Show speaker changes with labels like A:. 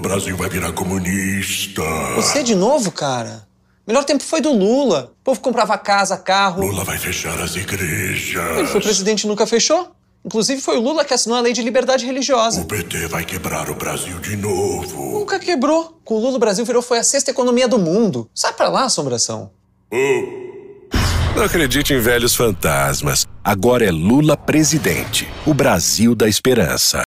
A: Brasil vai virar comunista.
B: Você de novo, cara? Melhor tempo foi do Lula. O povo comprava casa, carro.
A: Lula vai fechar as igrejas.
B: Ele foi presidente e nunca fechou? Inclusive foi o Lula que assinou a lei de liberdade religiosa.
A: O PT vai quebrar o Brasil de novo.
B: Nunca quebrou. Com o Lula, o Brasil virou foi a sexta economia do mundo. Sai pra lá, assombração.
C: Não acredite em velhos fantasmas. Agora é Lula presidente. O Brasil da esperança.